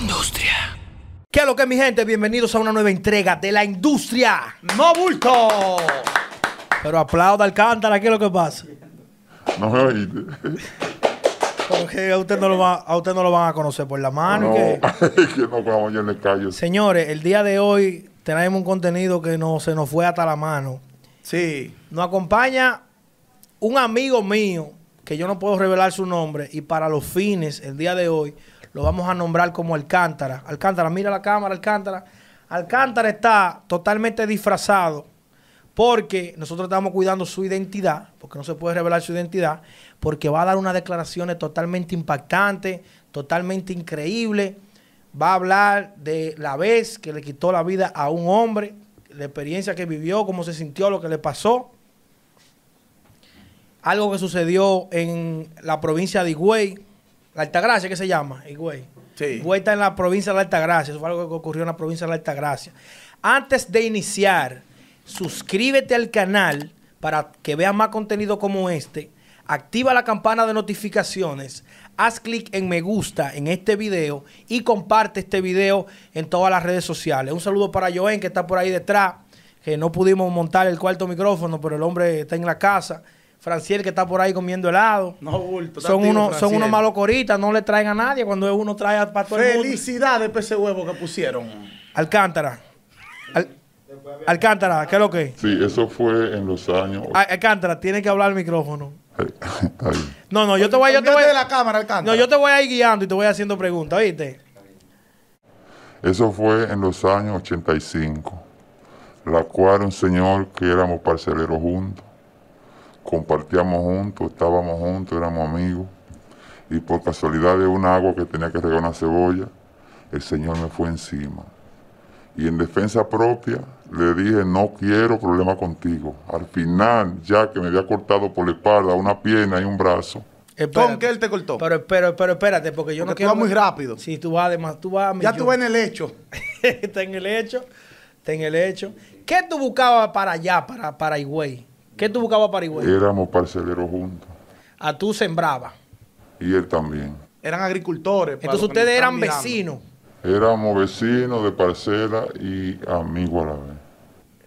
industria. ¿Qué es lo que es, mi gente? Bienvenidos a una nueva entrega de la industria. ¡No bulto! Pero aplauda al cántara, ¿qué es lo que pasa? No me oíste. Porque a usted no lo, va, a usted no lo van a conocer por la mano. No, y que- que no como yo le callo. Señores, el día de hoy tenemos un contenido que no, se nos fue hasta la mano. Sí. Nos acompaña un amigo mío, que yo no puedo revelar su nombre, y para los fines, el día de hoy, lo vamos a nombrar como Alcántara. Alcántara, mira la cámara, Alcántara. Alcántara está totalmente disfrazado porque nosotros estamos cuidando su identidad, porque no se puede revelar su identidad, porque va a dar unas declaraciones totalmente impactantes, totalmente increíbles. Va a hablar de la vez que le quitó la vida a un hombre, la experiencia que vivió, cómo se sintió, lo que le pasó algo que sucedió en la provincia de Higüey, la Altagracia, ¿qué se llama? Higüey. Sí. Higüey está en la provincia de la Altagracia, eso fue algo que ocurrió en la provincia de la Altagracia. Antes de iniciar, suscríbete al canal para que veas más contenido como este, activa la campana de notificaciones, haz clic en me gusta en este video y comparte este video en todas las redes sociales. Un saludo para Joen que está por ahí detrás que no pudimos montar el cuarto micrófono, pero el hombre está en la casa. Franciel que está por ahí comiendo helado. No bulto. está son activo, unos, son Franciel. unos malocoritas, no le traen a nadie cuando es uno trae a- para todo el mundo. Felicidades por ese huevo que pusieron. Alcántara. Al- Alcántara, ¿qué es lo que? es? Sí, eso fue en los años. Al- Alcántara, tiene que hablar al micrófono. Ahí. No, no, yo te voy, yo te voy, Olvídate de la cámara, Alcántara. no, yo te voy a ir guiando y te voy haciendo preguntas, ¿viste? Eso fue en los años 85, la cual un señor que éramos parceleros juntos, compartíamos juntos, estábamos juntos, éramos amigos, y por casualidad de un agua que tenía que regar una cebolla, el señor me fue encima. Y en defensa propia le dije, no quiero problema contigo. Al final, ya que me había cortado por la espalda una pierna y un brazo, Espérate. ¿Con qué él te cortó? Pero, pero, pero espérate, porque yo no Porque tú quiero. vas muy rápido. Sí, tú vas además, tú vas a ya millón. tuve en el hecho. está en el hecho. Está en el hecho. ¿Qué tú buscabas para allá, para, para Higüey? ¿Qué tú buscabas para Higüey? éramos parceleros juntos. A tú sembrabas. Y él también. Eran agricultores. para Entonces los que nos ustedes eran están mirando. vecinos. Éramos vecinos de parcela y amigos a la vez.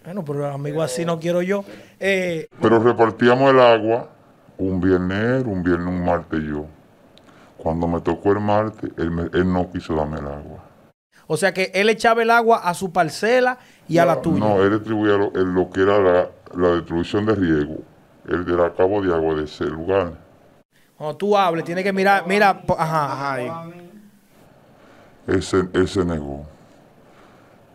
Bueno, pero amigo, así no quiero yo. Eh, Pero repartíamos el agua un viernes, él, un viernes, un martes yo. Cuando me tocó el martes, él, me- él no quiso darme el agua. o sea que él echaba el agua a su parcela y a la tuya. No, él distribuía lo, él lo que era la, la distribución de riego, el de la cabo de agua de ese lugar. Cuando tú hables, tienes que mirar, mira, po- ajá, ajá. Ajá. ahí. Él se, él se negó.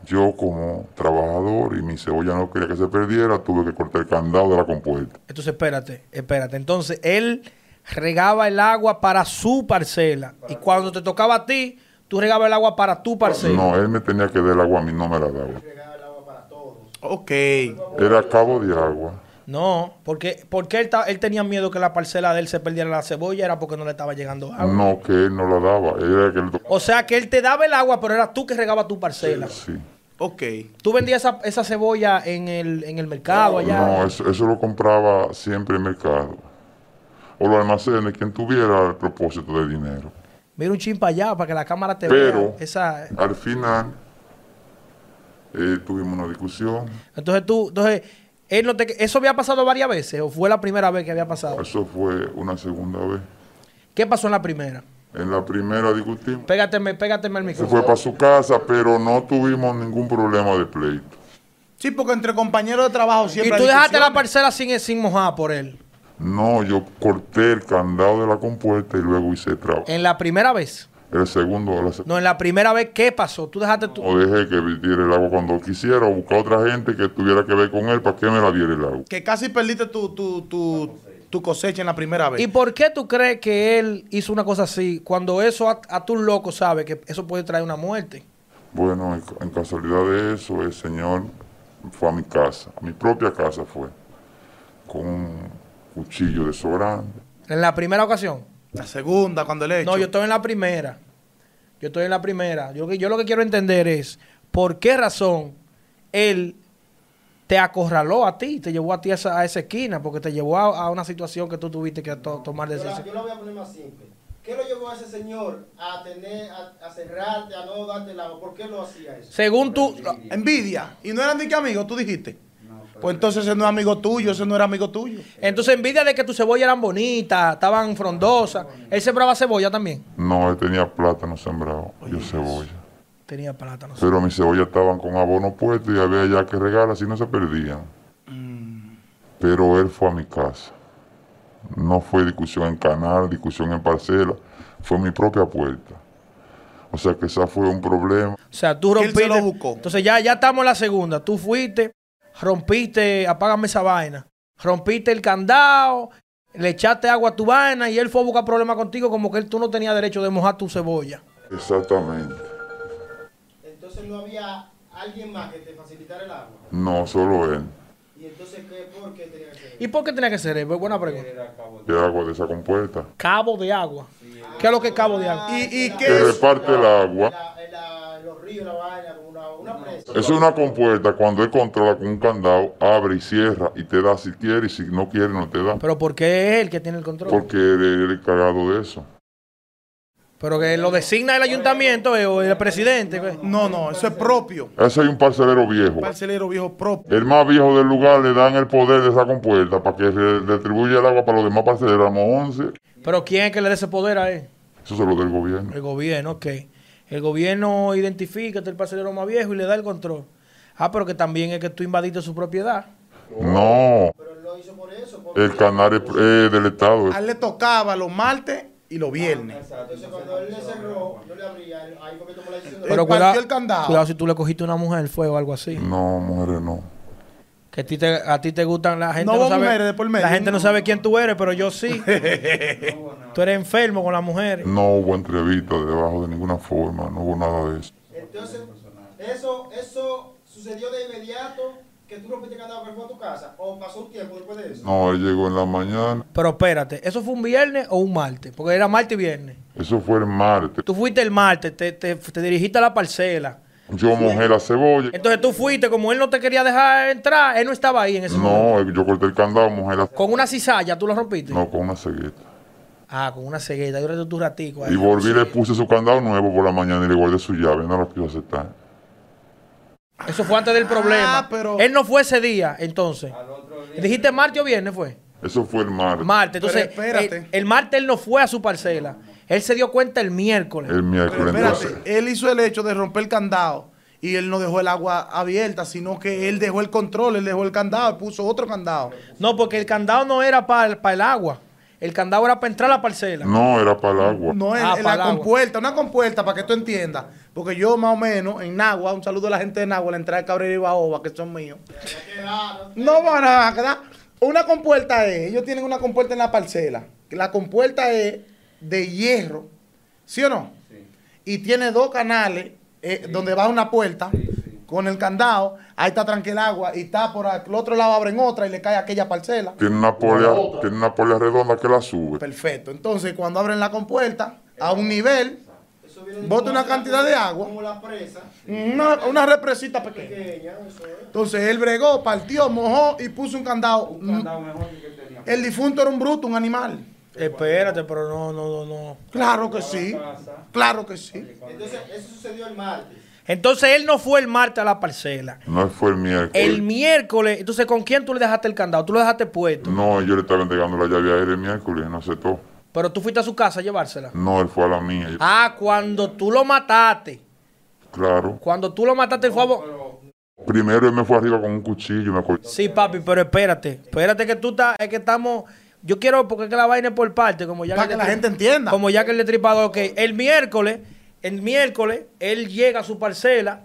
Yo como trabajador y mi cebolla no quería que se perdiera, tuve que cortar el candado de la compuerta. Entonces espérate, espérate. Entonces él regaba el agua para su parcela. Y cuando te tocaba a ti, tú regabas el agua para tu parcela. No, él me tenía que dar el agua, a mí no me la daba. Ok. Era cabo de agua. No, porque, porque él, ta- él tenía miedo que la parcela de él se perdiera la cebolla, era porque no le estaba llegando agua. No, que él no la daba. Era que él... O sea que él te daba el agua, pero era tú que regabas tu parcela. Sí. Ok. Tú vendías esa, esa cebolla en el, en el mercado allá. No, eso, eso lo compraba siempre en mercado. O lo almacenes, quien tuviera el propósito de dinero. Mira un chin para allá para que la cámara te Pero- vea. Esa, Al final, eh, tuvimos una discusión. entonces tú, entonces, él no te- eso había pasado varias veces, o fue la primera vez que había pasado. Eso fue una segunda vez. ¿Qué pasó en la primera? En la primera discutimos. Pégateme, pégateme al Se micrófono. fue para su casa, pero no tuvimos ningún problema de pleito. Sí, porque entre compañeros de trabajo Y siempre. tú hay dejaste la discusiones. parcela sin, sin mojar por él. No, yo corté el candado de la compuerta y luego hice el trabajo. En la primera vez. El segundo, la No, en la primera vez, ¿qué pasó? Tú dejaste tu, O dejé que me diera el agua cuando quisiera o buscar otra gente que tuviera que ver con él para que me la diera el agua. Que casi perdiste tu, tu, tu, tu cosecha en la primera vez. ¿Y por qué tú crees que él hizo una cosa así cuando eso a, a tu loco sabe que eso puede traer una muerte? Bueno, en, en casualidad de eso, el señor fue a mi casa, a mi propia casa fue, con un cuchillo de sobrante. En la primera ocasión. La segunda, cuando el hecho. No, yo estoy en la primera. Yo estoy en la primera. Yo, lo que- yo lo que quiero entender es por qué razón él te acorraló a ti, te llevó a ti a esa, a esa esquina, porque te llevó a, a una situación que tú tuviste que to- tomar Yo, la- decisiones. yo lo voy a poner más simple. ¿Qué lo llevó a ese señor a tener, a, a cerrarte, a no darte la ¿Por qué lo hacía eso? Según tú, Envidia. Y no eran ni que amigos, tú dijiste. Pues entonces ese no es amigo tuyo, ese no era amigo tuyo. entonces envidia de que tus cebollas eran bonitas, estaban frondosas. Él sembraba cebolla también. No, él tenía plátano sembrado, yo cebolla. Tenía plátano. Pero mis cebollas estaban con abono puesto y había ya que regalar, así no se perdían. Pero él fue a mi casa. No fue discusión en canal, discusión en parcela, fue mi propia puerta. O sea que esa fue un problema. O sea, tú Él se rompiste. lo buscó. Entonces ya, ya estamos en la segunda. Tú fuiste, rompiste, apágame esa vaina. Rompiste el candado, le echaste agua a tu vaina y él fue a buscar problemas contigo como que él, tú no tenías derecho de mojar tu cebolla. Exactamente. Entonces no había alguien más que te facilitara el agua. No solo él. Y entonces, ¿qué? ¿por qué tenía que ser? ¿Y por qué tenía que ser él? Pues, Buena pregunta. ¿Qué hago de esa compuerta? Cabo de agua. ¿Qué es lo que es cabo de agua? ¿Y, y Que qué es? reparte el agua. La- en la- en los ríos, la vaina, como una, una presa. Es una compuerta cuando él controla con un candado, abre y cierra y te da si quiere y si no quiere no te da. Pero ¿por qué es él que tiene el control? Porque él es el encargado de eso. Pero que lo designa el ayuntamiento eh, o el presidente. güey. No, no, eso es propio. Ese hay un parcelero viejo. Parcelero viejo propio. El más viejo del lugar le dan el poder de esa compuerta para que re- retribuya el agua para los demás parceleros. Éramos 11. Pero ¿quién es que le da ese poder a él? Eso se lo del gobierno. El gobierno, ok. El gobierno identifica que el parcelero más viejo y le da el control. Ah, pero que también es que tú invadiste su propiedad. No. Pero él lo hizo por eso. Por... El canal es eh, del Estado. A él le tocaba los martes y los viernes. Entonces, cuando él le cerró, no le abría, él- ahí fue que tomó la decisión de... Pero partió el candado. cuidado si tú le cogiste a una mujer el fuego o algo así. No, mujeres, no. Que a ti te, a ti te gustan la gente. No hubo sabe, mujeres de por medio, La gente no no. sabe quién tú eres, pero yo sí. tú eres enfermo con las mujeres. No hubo entrevista debajo de ninguna forma. No hubo nada de eso. Entonces, eso, eso sucedió de inmediato que tú rompiste el candado que fue a tu casa. ¿O pasó un tiempo después de eso? No, él llegó en la mañana. Pero espérate, ¿eso fue un viernes o un martes? Porque era martes y viernes. Eso fue el martes. Tú fuiste el martes, te, te- te dirigiste a la parcela. Yo mojé la cebolla. Entonces tú fuiste, como él no te quería dejar entrar, él no estaba ahí en ese momento. No, yo corté el candado, mojé la... Con una cizalla tú lo rompiste. No, con una cegueta. Ah, con una cegueta. Yo tu ratico. ahí. Y volví, le puse su candado nuevo por la mañana y le guardé su llave. No la quiso aceptar. Eso fue antes del problema. Ah, pero- Él no fue ese día, entonces. Dijiste martes o viernes fue. Eso fue el martes. Martes. Pero Entonces, espérate. El, el martes él no fue a su parcela. Él se dio cuenta el miércoles. El miércoles. Espérate, Entonces, él hizo el hecho de romper el candado y él no dejó el agua abierta, sino que él dejó el control, él dejó el candado, él puso otro candado. No, porque el candado no era para el agua. El candado era para entrar a la parcela. no, era para el agua. No, es Ah, es para el la agua. compuerta, una compuerta para que tú entiendas. Porque yo más o menos en Nagua, un saludo a la gente de Nagua, la entrada de Cabrera y Baoba, que son míos. No van a quedar. Una compuerta es, ellos tienen una compuerta en la parcela. La compuerta es de hierro, ¿sí o no? Y tiene dos canales eh, donde va una puerta con el candado. Ahí está tranquila el agua y está por el otro lado abren otra y le cae a aquella parcela. Tiene una polea, tiene una polea redonda que la sube. Perfecto. Entonces, cuando abren la compuerta, a un nivel, bota una cantidad de agua, Como la presa una, una represita pequeña. pequeña, eso es. Entonces, él bregó, partió, mojó y puso un candado. El difunto era un bruto, un animal. Espérate, pero no, no, no, no. Claro que sí. Claro que sí. Entonces, eso sucedió el martes. Entonces él no fue el martes a la parcela. No fue el El miércoles. miércoles, entonces ¿con quién tú le dejaste el candado? Tú lo dejaste puesto. No, yo le estaba entregando la llave a él el miércoles, no aceptó. Pero tú fuiste a su casa a llevársela. No, él fue a la mía. Yo- Ah, cuando tú lo mataste. Claro. Cuando tú lo mataste, el favor. Primero él me fue arriba con un cuchillo, me cortó. Sí, papi, pero espérate. Espérate que tú estás. Es que estamos. Yo quiero, porque es que la vaina es por parte. Como ya Para que la gente entienda. Como ya que el destripador, ok. El miércoles, el miércoles, él llega a su parcela,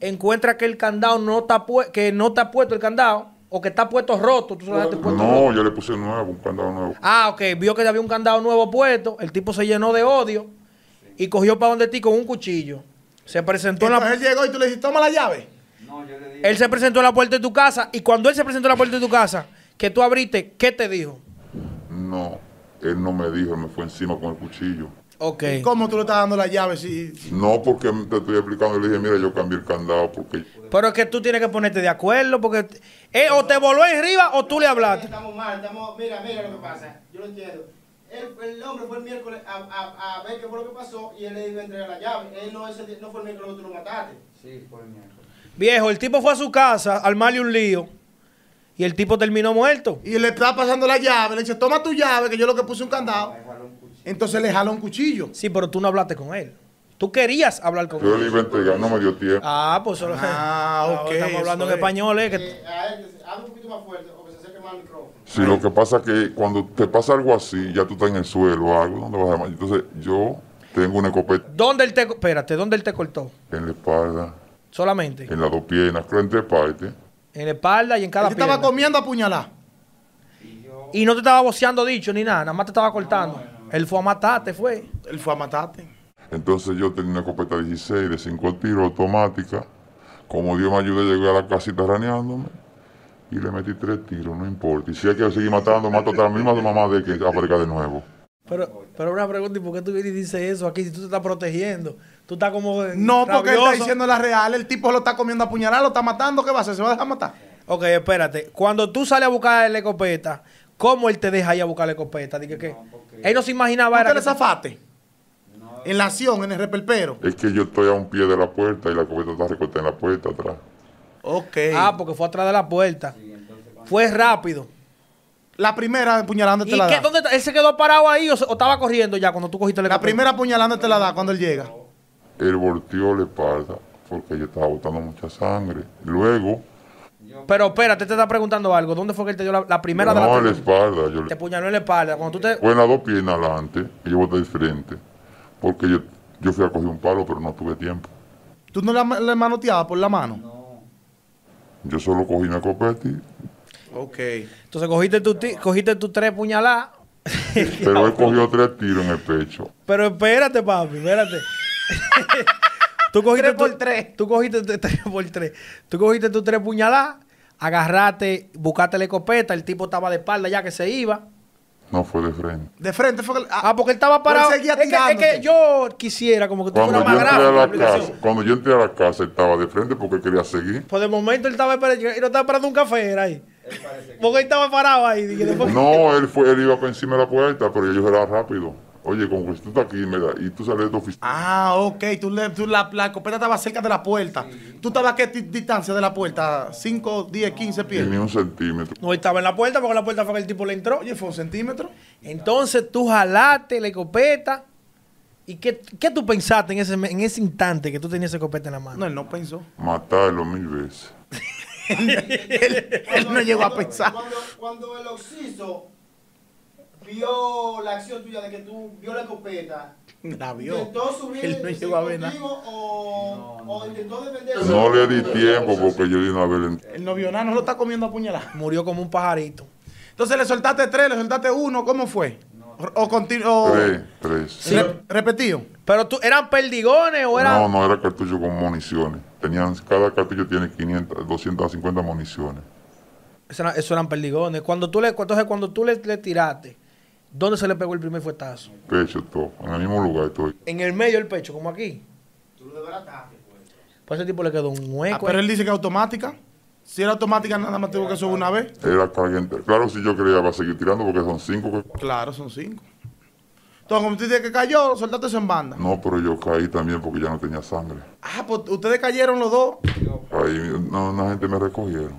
encuentra que el candado no está puesto, que no está puesto el candado, o que está puesto roto. Tú se lo dejaste puesto roto. No, yo le puse nuevo, un candado nuevo. Ah, ok. Vio que había un candado nuevo puesto. El tipo se llenó de odio y cogió para donde ti con un cuchillo. Se presentó en la. Entonces, él llegó y tú le dijiste, toma la llave. Él se presentó a la puerta de tu casa y cuando él se presentó a la puerta de tu casa, que tú abriste, ¿qué te dijo? No, él no me dijo, él me fue encima con el cuchillo. Ok. ¿Cómo tú le estás dando la llave? Si, No, porque te estoy explicando, le dije, mira, yo cambié el candado porque Pero es que tú tienes que ponerte de acuerdo porque eh, o te voló arriba o tú le hablaste. Estamos mal, estamos. Mira, mira lo que pasa. Yo lo entiendo. el, el hombre fue el miércoles a, a, a ver qué fue lo que pasó y él le iba a entregar la llave. Él no, ese, no fue el miércoles que tú lo mataste. Sí, por el miércoles. Viejo, el tipo fue a su casa a armarle un lío y el tipo terminó muerto. Y le está pasando la llave, le dice, toma tu llave, que yo lo que puse un candado. Me jaló un cuchillo. Entonces le jala un cuchillo. Sí, pero tú no hablaste con él. Tú querías hablar con Yo él. le iba a entregar, no me dio tiempo. Ah, pues solo. Ah, ok, Estamos hablando en eso es. español, eh. que- Eh, a él, hazlo un poquito más fuerte o que se acerque más al micrófono. Si lo que pasa es que cuando te pasa algo así, ya tú estás en el suelo o algo, ¿dónde vas a llamar? Entonces yo tengo una escopeta ¿Dónde él te. co- Espérate, ¿dónde él te cortó? en la espalda, Solamente. en las dos piernas, creo en tres partes. En la espalda y en cada Él estaba pierna. comiendo a puñalar. Y yo, Y no te estaba voceando dicho ni nada, nada más te estaba cortando. Ah, Él fue a matarte, fue. Él fue a matarte. Entonces yo tenía una escopeta 16 de 5 tiros automática. Como Dios me ayude, llegué a la casita raneándome y le metí tres tiros, no importa. Y si hay que seguir matando, mato hasta la misma mamá de que aparezca de nuevo. Pero, pero una pregunta, ¿y por qué tú vienes y dices eso aquí si tú te estás protegiendo? Tú estás como. eh, No, porque él está rabioso. diciendo la real. El tipo lo está comiendo a puñalar, lo está matando. ¿Qué va a hacer? ¿Se va a dejar matar? Ok, espérate. Cuando tú sales a buscar la escopeta, ¿cómo él te deja ir a buscar la escopeta? Dije que. Él no se imaginaba. ¿Tú Era te que le tú- zafaste? En la acción, en el repelpero. Es que yo estoy a un pie de la puerta y la escopeta está recortada en la puerta atrás. Ok. ah, porque fue atrás de la puerta. Fue rápido. la primera apuñalándote ¿Y la qué, da. dónde está- ¿Él se quedó parado ahí o, se- o estaba corriendo ya cuando tú cogiste la La escopeta? primera apuñalándote la da cuando él llega. Él volteó la espalda porque yo estaba botando mucha sangre. Luego, Pero espérate, te está preguntando algo. ¿Dónde fue que él te dio la, la primera de no la en la puerta? espalda. Yo Te le, puñaló en la espalda. Cuando tú te. fue en las dos piernas adelante y yo boté de frente. Porque yo, yo fui a coger un palo, pero no tuve tiempo. ¿Tú no la- le manoteabas por la mano? no, Yo solo cogí una escopeta y Ok. Entonces cogiste tus cogiste tus tres puñaladas. Pero él pues. cogió tres tiros en el pecho. Pero espérate, papi, espérate. tú cogiste Tres por tu- tres. Tú cogiste tu- tres por tres. Tú cogiste tus tres puñaladas, agarraste, buscaste la escopeta, el tipo estaba de espalda ya que se iba. No fue de frente. De frente fue que. Ah, porque él estaba Pero él parado. seguía es, que, es tirándote. que yo quisiera como que tú Cuando fueras yo, más entré grave. la a la casa, explicación. cuando yo entré a la casa, él estaba de frente porque quería seguir. Por el momento él estaba esperando, y no estaba esperando un café, era ahí. él parece que Porque él estaba parado ahí. dije, después- No, él fue, él iba por encima de la puerta, pero yo era rápido. Oye, como que si tú estás aquí me da- y tú sales de tu oficina. Ah, ok. Tú le- tú la, la escopeta estaba cerca de la puerta. ¿Tú estabas a qué di- distancia de la puerta? ¿5, 10, 15 y pies? ni un centímetro. No, él estaba en la puerta porque la puerta fue que el tipo le entró. Oye, fue un centímetro. Entonces tú jalaste la escopeta. ¿Y qué, qué tú pensaste en ese, en ese instante que tú tenías esa escopeta en la mano? No, él no pensó. Matarlo mil veces. Él no llegó a pensar. Cuando, cuando el oxiso vio la acción tuya de que tú vio la escopeta, La vio. intentó subir Él no sí, llegó a ver nada. contigo O, o intentó defenderse. No le di tiempo porque yo di una vez. le entré. Él no vio nada, no lo está comiendo a puñalada. Murió como un pajarito. Entonces le soltaste tres, le soltaste uno, ¿cómo fue? O continuó. Tres, tres. repetido. Pero tú, ¿eran perdigones o eran...? No, no era cartucho con municiones. Tenían, cada cartucho tiene 500, 250 municiones. Eso, era- eso eran perdigones. Cuando tú le, entonces, cuando tú le, le tiraste, ¿dónde se le pegó el primer fuetazo? Pecho todo. En el mismo lugar estoy. En el medio del pecho, como aquí. Tú lo desbarataste, pues. Pues ese tipo le quedó un Ah, hueco. pero él dice que automática. Si era automática, nada más tuvo que subir una vez. Era caliente. Claro, si yo creía, va a seguir tirando porque son cinco. que- Claro, son cinco. Entonces, como usted dice que cayó, soltaste eso en banda. No, pero yo caí también porque ya no tenía sangre. Ah, pues ustedes cayeron los dos. Ahí no, una gente me recogieron.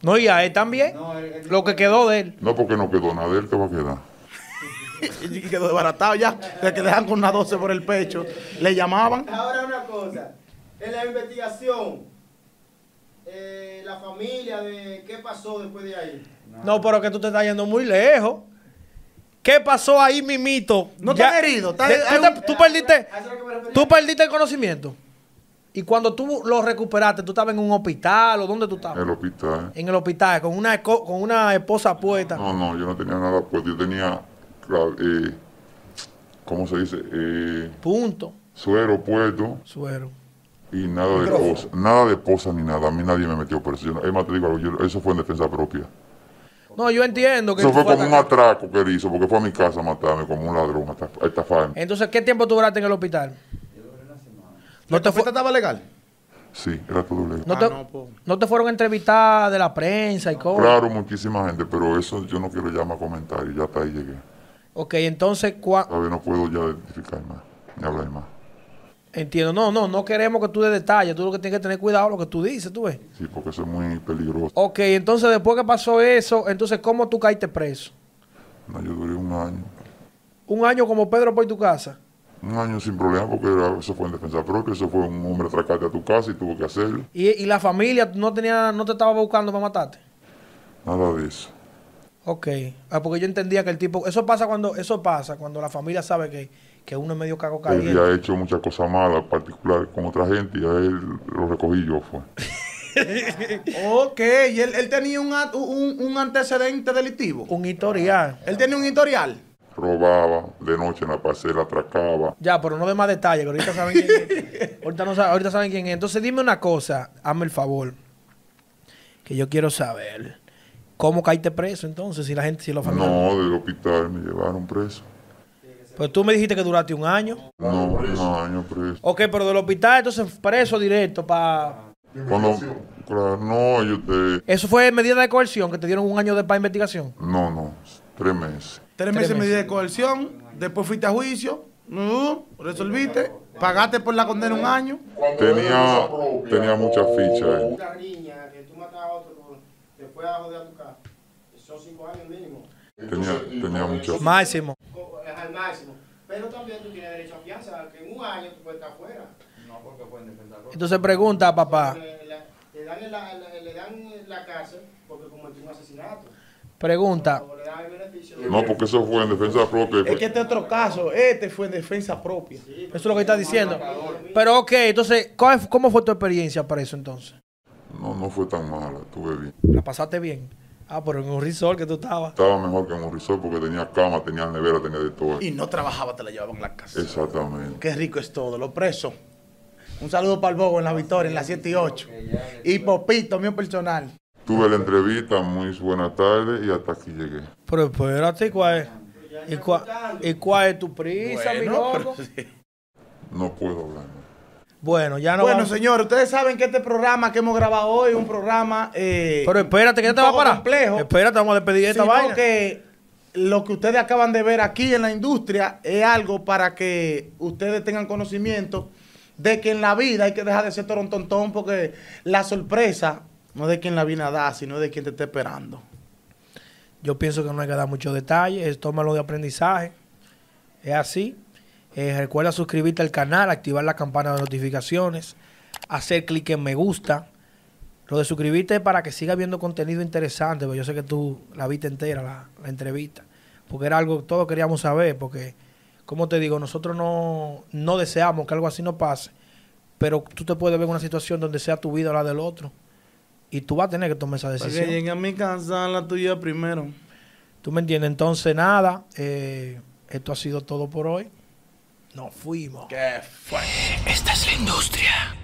No, y a él también. No, él- él- Lo que quedó de él. No, porque no quedó nada de él, que va a quedar. Y quedó desbaratado ya. Le quedaban con una 12 por el pecho. Le llamaban. Ahora una cosa, en la investigación, eh, la familia de qué pasó después de ahí. No, pero que tú te estás yendo muy lejos. ¿Qué pasó ahí, mimito? No Ya- te han herido, te- de- hay tú, te- un- tú perdiste, A eso es a lo que me refería. tú perdiste el conocimiento. Y cuando tú lo recuperaste, tú estabas en un hospital o dónde tú En estabas? el hospital. En el hospital, con una, esco- con una esposa puesta. No, no, yo no tenía nada puesto. Yo tenía, cla- eh, ¿cómo se dice? Eh, Punto. suero puesto Suero. y nada de posa. Nada de posa ni nada. A mí nadie me metió preso. Yo no- Es más, te digo algo, yo- eso fue en defensa propia. No, yo entiendo que. Eso tú fue fueras- como un atraco que él hizo, porque fue a mi casa a matarme como un ladrón, a estaf- a estafarme. Entonces, ¿qué tiempo tú duraste en el hospital? ¿No No te, esta fue- fiesta estaba legal? Sí, era todo legal. no Ah, te- no, po. no te fueron a entrevistar de la prensa y cosas. Claro, muchísima gente, pero eso yo no quiero ya más comentarios, ya hasta ahí llegué. Ok, entonces, cua- Todavía no puedo ya identificar más, ni hablar más. entiendo. No, no, no queremos que tú des detalles. Tú lo que tienes que tener cuidado es lo que tú dices, tú ves. Sí, porque eso es muy peligroso. Ok, entonces después que pasó eso, entonces, ¿cómo tú caíste preso? No, yo duré un año. Un año como Pedro por tu casa. Un año sin problema porque era- eso fue en defensa propia, eso fue un hombre atracarte a tu casa y tuvo que hacerlo. Y, y la familia no tenía, no te estaba buscando para matarte. Nada de eso. Ok. Ah, porque yo entendía que el tipo. Eso pasa cuando, eso pasa cuando la familia sabe que, que uno es medio cago Él caliente. había hecho muchas cosas malas, particular con otra gente, y a él lo recogí yo fue. Ok, y él, él tenía un, at- un- un antecedente delictivo. Un historial. Él tenía un historial. Robaba de noche en la parcela, atracaba. Ya, pero no de más detalles, que ahorita saben quién es. Ahorita, no sa- ahorita saben quién es. Entonces dime una cosa, hazme el favor. Que yo quiero saber. ¿Cómo caíste preso entonces? Si la gente, si lo familia. No, del hospital me llevaron preso. Pues tú me dijiste que duraste un año. No, un año preso. Ok, pero del hospital entonces preso directo para. Cuando, claro, no, yo te... Eso fue medida de coerción que te dieron un año de para investigación. No, no, tres meses. Tres meses de medida de coerción, después fuiste a juicio, no, resolviste, pagaste por la condena un año. Tenía, tenía muchas fichas. él. Una riña que tú matas a otro por- después a joder a tu casa. Son cinco años mínimo. Tenía, tenía muchas fichas. Máximo. co- Es al máximo. Pero también tú tienes derecho a fianza, que en un año tú puedes estar fuera. No, porque fue en defensa propia. Entonces pregunta, papá. Porque la- le, dan en la, la- le dan en la cárcel porque cometió un asesinato. Pregunta. O le dan el beneficio de... No, porque eso fue en defensa propia. y Es que fue- este otro caso, este fue en defensa propia. Eso es lo que está diciendo. Pero ok, entonces, ¿cuál f- ¿cómo fue tu experiencia preso entonces? No, no fue tan mala, estuve bien. ¿La pasaste bien? Ah, pero en un resort que tú estabas. Estaba mejor que en un resort porque tenía cama, tenía nevera, tenía de todo. Y no trabajaba, te la llevaban a la casa. Exactamente. Qué rico es todo, lo preso. Un saludo para el Bobo en la Victoria, en la 7 y 8. Y Popito, mío personal. Tuve la entrevista, muy buena tarde y hasta aquí llegué. Pero espérate, ¿cuál es? ¿Y cuál, y cuál es tu prisa, mi loco? No puedo hablar. más. Bueno, ya no Bueno, vamos- señor, ustedes saben que este programa que hemos grabado hoy es un programa. eh, Pero espérate, que ya te un va a poco parar. complejo. Espérate, vamos a despedir esta sino vaina. que lo que ustedes acaban de ver aquí en la industria es algo para que ustedes tengan conocimiento de que en la vida hay que dejar de ser torontontón porque la sorpresa no es de quien la vida da, sino de quien te está esperando. Yo pienso que no hay que dar muchos detalles, es tómalo de aprendizaje. Es así. Eh, recuerda suscribirte al canal, activar la campana de notificaciones, hacer clic en me gusta. Lo de suscribirte es para que siga viendo contenido interesante, porque yo sé que tú la viste entera, la, la entrevista, porque era algo que todos queríamos saber, porque, como te digo, nosotros no, no deseamos que algo así no pase, pero tú te puedes ver en una situación donde sea tu vida o la del otro, y tú vas a tener que tomar esa Para decisión. que llegue a mi casa, la tuya primero. ¿Tú me entiendes? Entonces, nada, eh, esto ha sido todo por hoy. Nos fuimos. Esta es la industria.